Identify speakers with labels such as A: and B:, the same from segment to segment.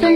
A: 纷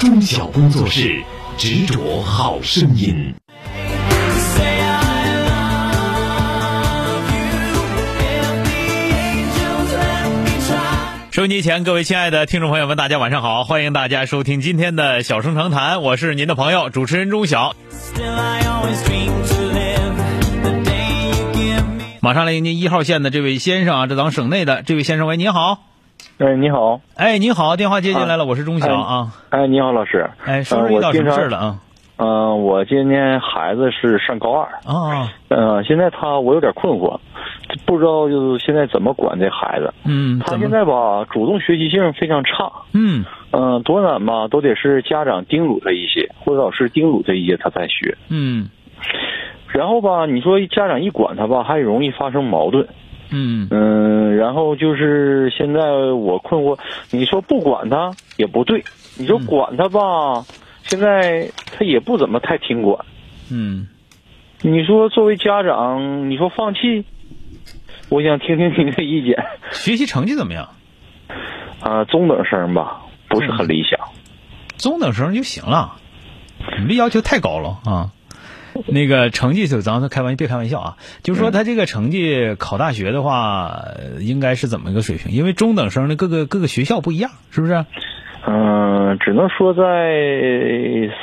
B: 中小工作室执着好声音。
C: 收音机前，各位亲爱的听众朋友们，大家晚上好！欢迎大家收听今天的《小声长谈》，我是您的朋友主持人钟晓。
D: Still, I always dream to live the day you give me.
C: 马上来迎接一号线的这位先生啊，这咱省内的这位先生，喂，你好，
E: 哎，你好，
C: 哎，你好，电话接进来了，我是钟晓啊，
E: 哎，你好，老师。呃
C: 哎，说说遇到什么事儿了啊？
E: 嗯、呃我今年孩子是上高二，
C: 啊，
E: 嗯，现在他我有点困惑，不知道就是现在怎么管这孩子。
C: 嗯，
E: 他
C: 怎
E: 现
C: 么？
E: 在吧，主动学习性非常差，
C: 嗯
E: 嗯、多难吧，都得是家长叮嘱他一些，或者老师叮嘱他一些，他才学。
C: 嗯
E: 然后吧，你说家长一管他吧，还容易发生矛盾。
C: 嗯
E: 嗯，然后就是现在我困惑，你说不管他也不对，你说管他吧，现在他也不怎么太听管。
C: 嗯
E: 你说作为家长，你说放弃，我想听听您的意见
C: 学习成绩怎么样？
E: 啊，中等生吧，不是很理想。
C: 中等生就行了，你这要求太高了啊！那个成绩就咱们开玩笑，别开玩笑啊，就是说他这个成绩考大学的话，呃应该是怎么一个水平？因为中等生的各个各个学校不一样，是不是？
E: 嗯、只能说在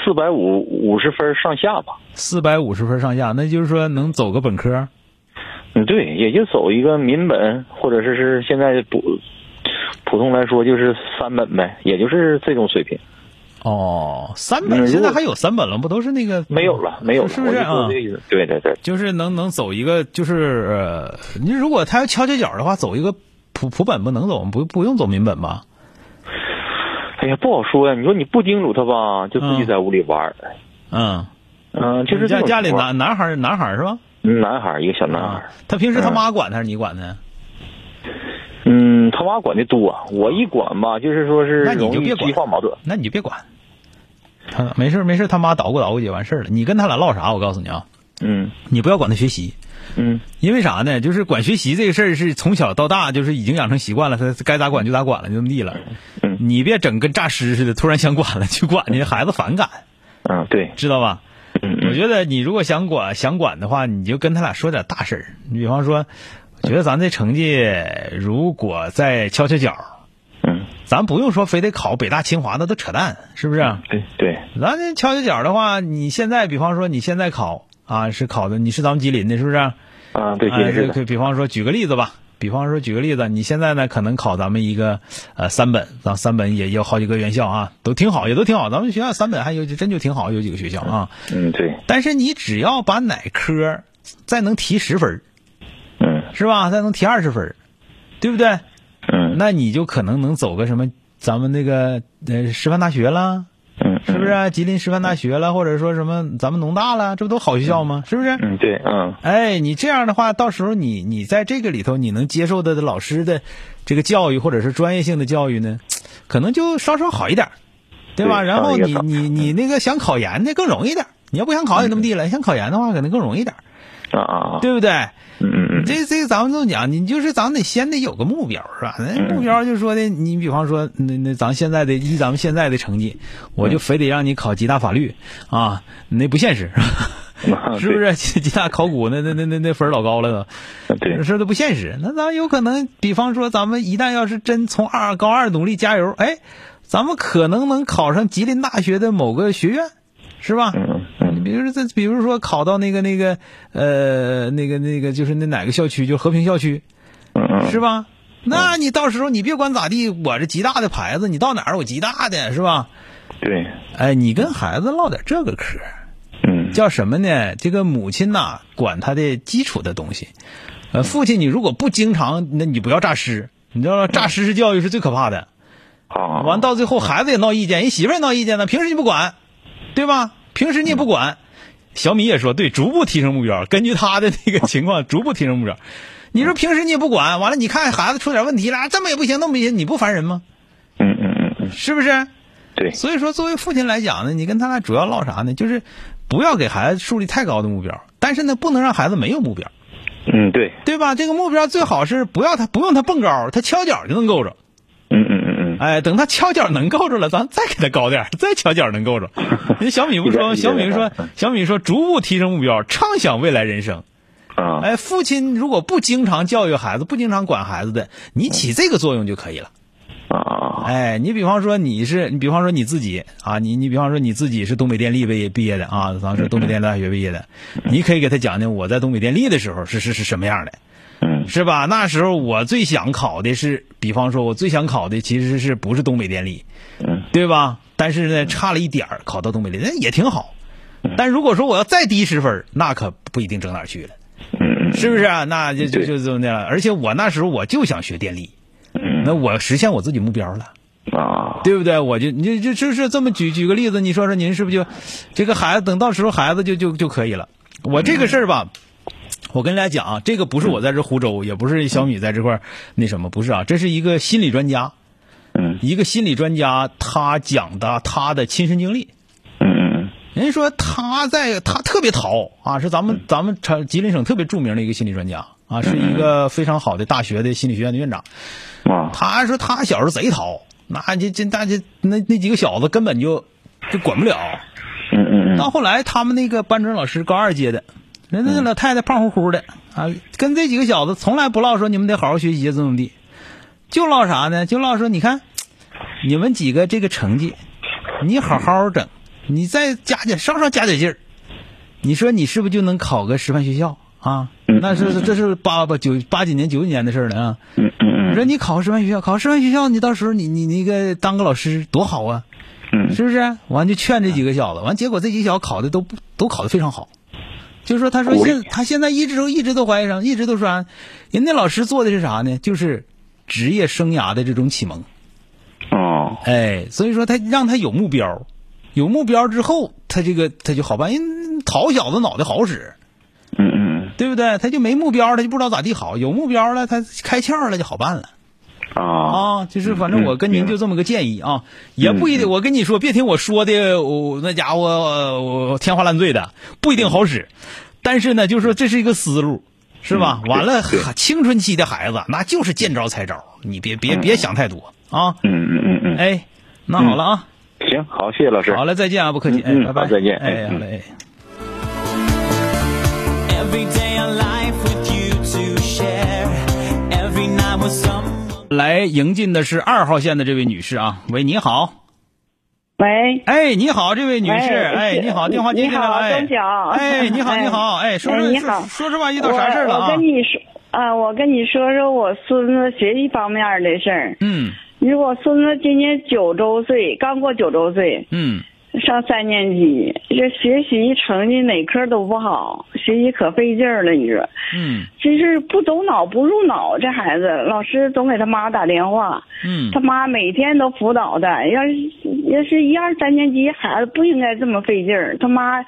E: 四百五五十分上下吧。
C: 四百五十分上下，那就是说能走个本科。
E: 嗯，对，也就走一个民本，或者是是现在普普通来说就是三本呗，也就是这种水平。
C: 哦，三
E: 嗯
C: 本
E: 如
C: 现在
E: 果
C: 还有三本了，不都是那个
E: 没有了，没有了，
C: 是不是
E: 我就说
C: 啊？
E: 这意思。对对对，
C: 就是能能走一个，就是呃，你如果他要翘翘脚的话，走一个普普本不能走，不不用走民本吧？
E: 哎呀，不好说呀。你说你不叮嘱他吧，就自己
C: 嗯
E: 在屋里玩儿。
C: 嗯，
E: 嗯、就是这
C: 家
E: 种
C: 家里
E: 情况
C: 男男孩儿男孩儿是吧？
E: 嗯男孩儿，一个小男孩儿。
C: 啊，他平时他妈管他，还是你管他？
E: 嗯，他妈管的多，我一管吧，就是说是
C: 那你
E: 容
C: 就
E: 易
C: 别管
E: 激化矛盾。
C: 那你就别管。他没事儿没事儿，他妈捣鼓捣鼓就完事儿了。你跟他俩唠啥？我告诉你啊，
E: 嗯
C: 你不要管他学习，
E: 嗯
C: 因为啥呢？就是管学习这个事儿是从小到大就是已经养成习惯了，他该咋管就咋管了，就这么地了。
E: 嗯
C: 你别整跟诈尸似的，突然想管了去管你孩子反感，
E: 嗯，对，
C: 知道吧？
E: 嗯
C: 我觉得你如果想管想管的话，你就跟他俩说点大事儿。你比方说，觉得咱这成绩如果再敲敲脚，
E: 嗯
C: 咱不用说非得考北大清华的，都扯淡，是不是？
E: 对对，
C: 咱这敲敲脚的话，你现在比方说你现在考啊，是考的你是咱们吉林的，是不是？啊，
E: 啊对，对
C: 这
E: 是
C: 可
E: 的，
C: 以比方说举个例子吧，比方说举个例子，你现在呢可能考咱们一个呃三本，咱三本也有好几个院校啊，都挺好，也都挺好，咱们学校三本还有真就挺好，有几个学校啊。
E: 嗯对，
C: 但是你只要把哪科再能提十分儿，
E: 嗯
C: 是吧？再能提二十分儿，对不对？
E: 嗯
C: 那你就可能能走个什么咱们那个呃师范大学啦，
E: 嗯，
C: 是不啊是、吉林师范大学了，或者说什么咱们农大了，这不都好学校吗？是不是？
E: 嗯？嗯对，嗯
C: 哎，你这样的话，到时候你你在这个里头，你能接受的老师的这个教育，或者是专业性的教育呢，可能就稍稍好一点儿，对吧？
E: 对
C: 然后
E: 上了一个
C: 你
E: 档
C: 你你那个想考研的更容易点儿，你要不想考也那么地了，
E: 嗯
C: 想考研的话可能更容易点儿，
E: 啊啊，
C: 对不对？
E: 嗯嗯嗯
C: 这这个咱们这么讲，你就是咱们得先得有个目标，是吧？那目标就是说的，你比方说，那那咱现在的依咱们现在的成绩，我就非得让你考吉大法律啊，那不现实，是吧
E: 啊
C: 是不是？吉大考古那那那那那分儿老高了都，
E: 嗯对，
C: 这都不现实。那咱有可能，比方说，咱们一旦要是真从二高二努力加油，哎，咱们可能能考上吉林大学的某个学院，是吧？
E: 嗯嗯
C: 比如说这，比如说考到那个那个呃那个那个就是那哪个校区，就和平校区，
E: 嗯嗯，
C: 是吧？那你到时候你别管咋地，我这吉大的牌子，你到哪儿我吉大的是吧？
E: 对，
C: 哎，你跟孩子唠点这个嗑儿，
E: 嗯
C: 叫什么呢？这个母亲呐、管他的基础的东西，呃，父亲你如果不经常，那你不要诈尸，你知道吗？诈尸式教育是最可怕的。
E: 啊，
C: 完到最后孩子也闹意见，人媳妇儿也闹意见呢，平时你不管，对吧？平时你也不管。小米也说对，逐步提升目标，根据他的那个情况逐步提升目标。你说平时你也不管，完了你看孩子出点问题了，这么也不行，那么也不行，你不烦人吗？
E: 嗯嗯嗯嗯，
C: 是不是？
E: 对，
C: 所以说，作为父亲来讲呢，你跟他俩主要唠啥呢？就是不要给孩子树立太高的目标，但是呢，不能让孩子没有目标，
E: 嗯对，
C: 对吧？这个目标最好是不要他不用他蹦高，他敲脚就能够着。
E: 嗯嗯嗯嗯，
C: 哎，等他敲脚能够着了，咱再给他高点儿，再敲脚能 够着。人小米不说，
E: 一边
C: 小
E: 一
C: 米
E: 边
C: 说
E: 嗯，
C: 小米说，逐步提升目标，畅想未来人生。
E: 啊，
C: 哎，父亲如果不经常教育孩子，不经常管孩子的，你起这个作用就可以了。
E: 啊，
C: 哎，你比方说你是，你比方说你自己啊，你你比方说你自己是东北电力毕业毕业的啊，咱是东北电力大学毕业的，
E: 嗯
C: 你可以给他讲讲我在东北电力的时候是是是什么样的，
E: 嗯
C: 是吧？那时候我最想考的是，比方说我最想考的其实是不是东北电力，
E: 嗯
C: 对吧？但是呢，差了一点儿考到东北电力，那也挺好。
E: 嗯
C: 但如果说我要再低十分儿，那可不一定整哪儿去了。
E: 嗯
C: 是不是啊？那就就
E: 对
C: 就这么的了。而且我那时候我就想学电力，
E: 嗯
C: 那我实现我自己目标了，
E: 嗯啊，
C: 对不对？我就你就就就是这么举举个例子，你说说您是不是就这个孩子等到时候孩子就就就可以了？我这个事儿吧。我跟大家讲啊，这个不是我在这胡诌，也不是小米在这块儿那什么，不是啊，这是一个心理专家，
E: 嗯
C: 一个心理专家他讲的他的亲身经历。
E: 嗯嗯
C: 人家说他在他特别淘啊，是咱们咱们长吉林省特别著名的一个心理专家啊，是一个非常好的大学的心理学院的院长。
E: 嗯啊，
C: 他说他小时候贼淘，那这这那这那那几个小子根本就就管不了。
E: 嗯嗯嗯
C: 到后来他们那个班主任老师高二届的，人家那老太太胖乎乎的啊，跟这几个小子从来不唠说你们得好好学习啊怎么怎么地，就唠啥呢？就唠说你看你们几个这个成绩，你好好整，你再加加稍稍加点劲儿，你说你是不是就能考个师范学校啊？那是这是八八九八几年九几年的事儿了啊。
E: 嗯嗯
C: 你
E: 嗯
C: 说你考个师范学校，考师范学校，你到时候你你你那个当个老师多好啊，
E: 嗯
C: 是不是？完就劝这几个小子，完结果这几个小子考的都不都考的非常好，就是说他说
E: 鼓励
C: 现他现在一直都一直都怀疑上，一直都说，哎人家老师做的是啥呢？就是职业生涯的这种启蒙，
E: 哦，
C: 哎，所以说他让他有目标，有目标之后，他这个他就好办。人淘小子脑袋好使，
E: 嗯嗯
C: 对不对？他就没目标，他就不知道咋地好；有目标了，他开窍了就好办了。
E: 嗯啊，
C: 啊，就是反正我跟您就这么个建议啊，也不一定。我跟你说，别听我说的，我那家伙呃我天花乱坠的，不一定好使。但是呢，就是说这是一个思路，是吧？
E: 嗯
C: 完了
E: 对，
C: 青春期的孩子那就是见招拆招，你别别别想太多啊。
E: 嗯嗯嗯嗯，
C: 哎，那好了啊，
E: 行，好，谢谢老师，
C: 好了，再见啊，不客气，哎
E: 嗯，嗯
C: 拜拜，
E: 好再见
C: 哎，
E: 哎
C: 好嘞。哎
D: Every day a life with you to share. Every night with someone.
C: 来迎进的是二号线的这位女士啊，喂，你好，
F: 喂，
C: 哎，你好，这位女士，
F: 喂
C: 哎，
F: 是
C: 你好，电话接
F: 你
C: 进来
F: 好
C: 了，哎
F: 钟晓，
C: 哎，你好，
F: 哎
C: 你好，哎，说
F: 哎
C: 说
F: 你
C: 说
F: 好
C: 说说吧，遇到啥事儿了
F: 我
C: 啊？
F: 我跟你说啊，我跟你说说我孙子学习方面的事儿。
C: 嗯
F: 你说我孙子今年九周岁，刚过九周岁，
C: 嗯
F: 上三年级，这学习成绩哪科都不好，学习可费劲儿了。你说，
C: 嗯
F: 真是不走脑不入脑，这孩子，老师总给他妈打电话，
C: 嗯
F: 他妈每天都辅导他，要是要是一二三年级孩子不应该这么费劲儿，他妈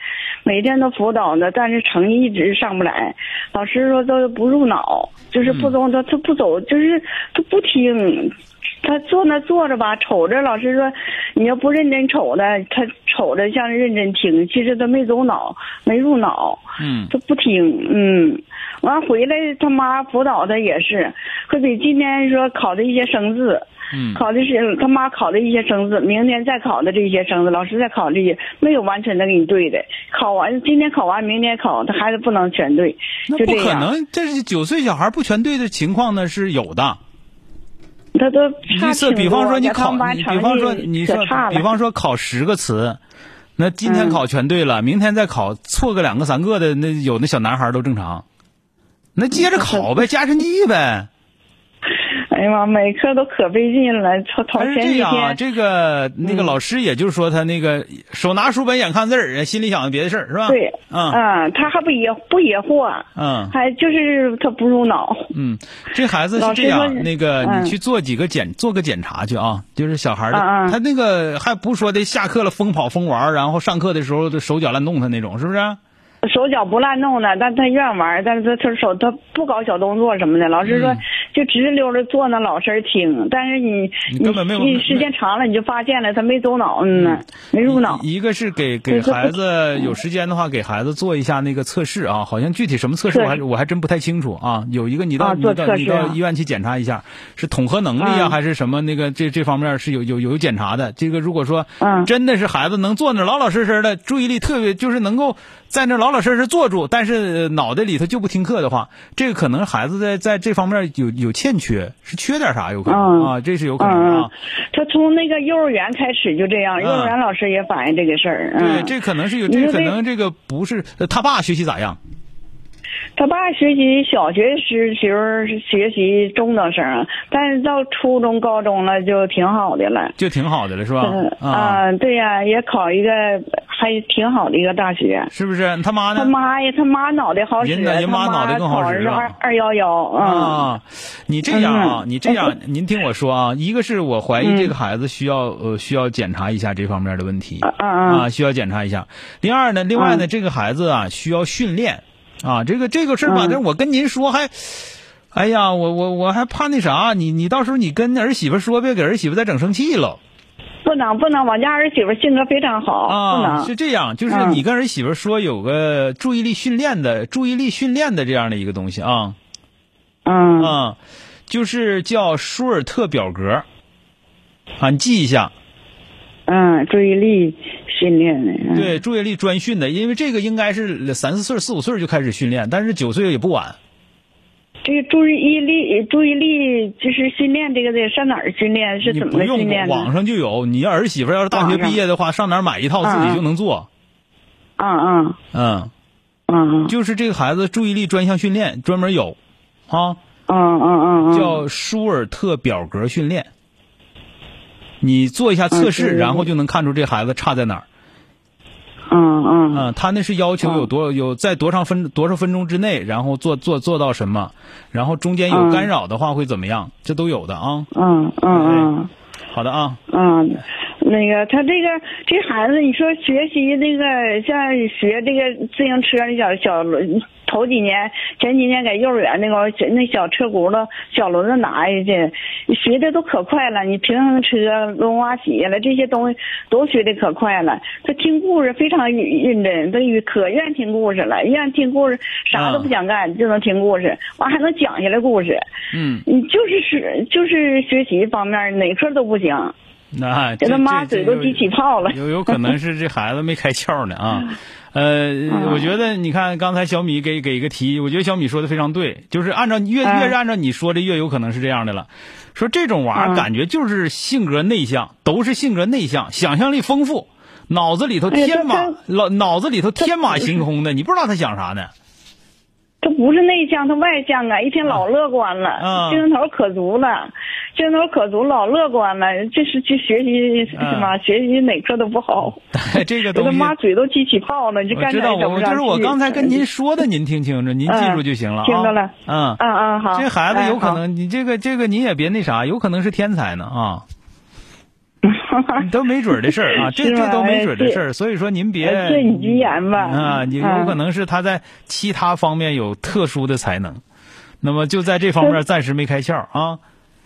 F: 每天都辅导呢，但是成绩一直上不来。老师说都不入脑，就是不
C: 嗯
F: 懂，他他不走，就是他不听。他坐那坐着吧，瞅着老师说，你要不认真瞅他，他瞅着像认真听，其实他没走脑，没入脑。
C: 嗯
F: 他不听，嗯，完回来他妈辅导他也是，可比今天说考的一些生字，
C: 嗯
F: 考的是他妈考的一些生字，明天再考的这些生字，老师再考这些，没有完全的给你对的，考完今天考完，明天考，他孩子不能全对，
C: 那
F: 就
C: 不
F: 这
C: 可
F: 样，
C: 能，这是九岁小孩不全对的情况呢是有的。
F: 他都
C: 你
F: 差挺
C: 是
F: 多的。
C: 比方说你考，
F: 他们班
C: 你
F: 成
C: 比
F: 绩
C: 方说你
F: 可
C: 说
F: 差，了
C: 比方说考十个词，那今天
F: 嗯
C: 考全对了，明天再考错个两个三个的，那有 那小男孩都正常。那接着考呗，加深记忆呗。
F: 哎呀妈，每科都可费劲了，从从
C: 但是
F: 前
C: 这
F: 几
C: 样啊，
F: 天，嗯
C: 这个那个老师，也就是说他那个手拿书本眼看字儿，心里想着别的事儿是吧？
F: 对，
C: 嗯
F: 啊，他还不也不也惑，
C: 嗯
F: 还就是他不入脑，
C: 嗯，这孩子是
F: 老师
C: 这样，
F: 说
C: 那个
F: 嗯
C: 你去做几个检做个检查去啊，就是小孩儿的，
F: 嗯嗯
C: 他那个还不说的下课了疯跑疯玩儿，然后上课的时候手脚乱动他那种，是不是？啊
F: 手脚不乱弄的，但他愿玩，但是他他手他不搞小动作什么的。老师说
C: 嗯
F: 就直溜着坐那，老师听。但是你
C: 你根本没有
F: 你时间长了你就发现了他没走脑，嗯呢，没入脑。
C: 一一个是给给
F: 对这
C: 孩子有时间的话，给孩子做一下那个测试啊，好像具体什么测试
F: 对
C: 我还我还真不太清楚啊。有一个你到、
F: 啊
C: 你
F: 做
C: 到
F: 测
C: 你
F: 试啊
C: 到医院去检查一下，是统合能力啊、
F: 嗯
C: 还是什么那个这这方面是有有有检查的。这个如果说、
F: 嗯
C: 真的是孩子能坐那儿老老实实的，注意力特别就是能够在那儿老老实实坐住，但是呃脑袋里头就不听课的话，这个可能孩子在在这方面有有欠缺，是缺点啥有可能、
F: 嗯
C: 啊，这是有可能啊。
F: 嗯，他从那个幼儿园开始就这样，
C: 嗯
F: 幼儿园老师也反映这个事儿。
C: 对，
F: 嗯，
C: 这可能是有，
F: 你
C: 这
F: 说
C: 可
F: 这
C: 能这个不是呃他爸学习咋样？
F: 他爸学习小学时时候是学习中等生，但是到初中、高中了就挺好的了。
C: 就挺好的了，是吧
F: 嗯？
C: 啊，
F: 啊，对呀、也考一个还挺好的一个大学。
C: 是不是？他妈
F: 他
C: 呢？
F: 妈嗯呀，他妈脑袋好使，
C: 人呢人妈
F: 他
C: 脑袋更好使
F: 考的是
C: 啊
F: 二二幺幺，嗯，
C: 啊，你这样啊，
F: 嗯
C: 你这样，您听我说啊，一个是我怀疑这个孩子需要呃需要检查一下这方面的问题
F: 啊啊
C: 啊，需要检查一下。第二呢，另外呢，
F: 嗯
C: 这个孩子啊需要训练啊，这个这个事儿吧，
F: 嗯
C: 但是我跟您说还。哎呀，我我我还怕那啥，你你到时候你跟儿媳妇说，别给儿媳妇再整生气了。
F: 不能不能，我家儿媳妇性格非常好，不
C: 啊，
F: 能
C: 是这样，就是
F: 嗯
C: 你跟儿媳妇说有个注意力训练的、注意力训练的这样的一个东西啊
F: 嗯
C: 啊，就是叫舒尔特表格啊，你记一下。
F: 嗯，注意力训练的，嗯，
C: 对，注意力专训的，因为这个应该是三四岁、四五岁就开始训练，但是九岁也不晚。
F: 这个注意力注意力就是训练这个得上哪儿训练？是
C: 你
F: 怎
C: 不
F: 么个训
C: 用
F: 练
C: 网
F: 呢？
C: 上就有，你儿媳妇要是大学
F: 网上嗯
C: 毕业的话，上哪儿买一套自己就能做。
F: 啊啊
C: 嗯，
F: 啊啊
C: 就是这个孩子注意力专项训练专门有，啊。
F: 啊啊啊！
C: 叫舒尔特表格训练。你做一下测
F: 嗯
C: 试，
F: 对
C: 然后就能看出这孩子差在哪儿。
F: 嗯嗯
C: 嗯，他那是要求有多有在多长分多少分钟之内，然后做做做到什么，然后中间有
F: 嗯
C: 干扰的话会怎么样，这都有的啊。
F: 嗯嗯嗯。
C: 好的啊，
F: 嗯，那个他这个这孩子，你说学习这个像学这个自行车那小小轮，头几年前几年在幼儿园那个小那小车轱辘小轮子拿下去，学的都可快了。你平衡车、啊轮滑鞋了这些东西都学的可快了。他听故事非常认真，他可愿听故事了，愿听故事啥都不想干、就能听故事，完还能讲下来故事。
C: 嗯，
F: 你就是是就是学习方面哪科都不行。
C: 那
F: 这
C: 这
F: 他妈
C: 这
F: 嘴都
C: 有
F: 挤起泡了
C: 有有可能是这孩子没开窍呢 啊。
F: 啊
C: 呃，我觉得你看刚才小米给给一个提议，我觉得小米说的非常对，就是按照越
F: 嗯
C: 越是按照你说的越有可能是这样的了。说这种娃儿
F: 嗯
C: 感觉就是性格内向，都是性格内向，想象力丰富，脑子里头
F: 哎呀
C: 天马
F: 这
C: 老脑子里头天马行空的，你不知道他想啥呢。
F: 他不是内向，他外向啊，一天老乐观了，
C: 啊
F: 精神头可足了，精神头可足，老乐观了，这是去学习
C: 啊
F: 什么？学习哪科都不好，
C: 这个
F: 我
C: 东
F: 他
C: 西，
F: 妈嘴都起起泡了，你这
C: 我
F: 干
C: 知
F: 啥
C: 道，
F: 也整不
C: 我
F: 上
C: 就是我
F: 去哎
C: 刚才跟您，说的，您听清楚，您记
F: 嗯
C: 住就行了啊。
F: 听着了
C: 嗯。
F: 嗯嗯好，
C: 这孩子有可
F: 哎
C: 能，你这个这个你也别那啥，有可能是天才呢 啊，
F: 好
C: 都没准儿的事儿啊，这
F: 是吧
C: 这都没准儿的
F: 哎
C: 事儿，所以说您别
F: 哎顺你吉言吧
C: 啊，你有
F: 嗯
C: 可能是他在其他方面有特殊的才能，那么就在这方面暂时没开窍啊，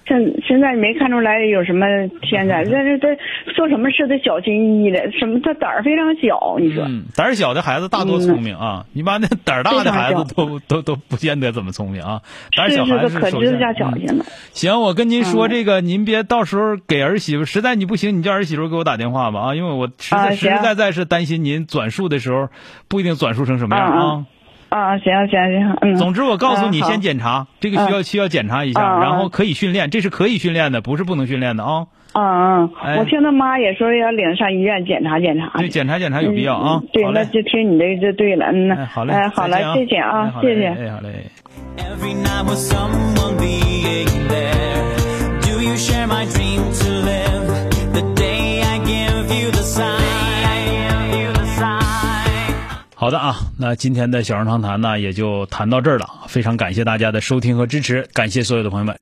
F: 现现在没看出来有什么天才，但是他做什么事都小心翼翼的，什么他胆儿非常小，你说，
C: 嗯，胆儿小的孩子大
F: 嗯
C: 多聪明啊，你把那胆儿大的孩子都都都不见得怎么聪明啊，胆儿
F: 是
C: 小孩
F: 是，
C: 子
F: 他可
C: 首
F: 知
C: 先
F: 下小
C: 嗯
F: 心了。
C: 行，我跟您说
F: 嗯
C: 这个，您别到时候给儿媳妇，实在你不行，你叫儿媳妇给我打电话吧啊，因为我实在、
F: 啊
C: 实
F: 行
C: 在在是担心您转述的时候不一定转述成什么样
F: 嗯
C: 啊
F: 嗯。啊，行行行，嗯。
C: 总之，我告诉你，
F: 嗯好
C: 先检查这个需要需要检查一下，
F: 嗯嗯
C: 然后可以训练，这是可以训练的，不是不能训练的啊。哎
F: 嗯嗯，我听他妈也说要领上医院检查检查
C: 对，
F: 去。
C: 检查检查有必要啊
F: 啊嗯。对，
C: 好
F: 那
C: 嘞，
F: 就听你的就对了。嗯，
C: 哎，好嘞，
F: 哎，好
C: 再
F: 了
C: 见，
F: 谢谢啊
C: 哎，好嘞
F: 谢谢。
C: 哎，好嘞。
D: Every night with someone being there.
C: 好的啊，那今天的小人长谈呢也就谈到这儿了，非常感谢大家的收听和支持，感谢所有的朋友们。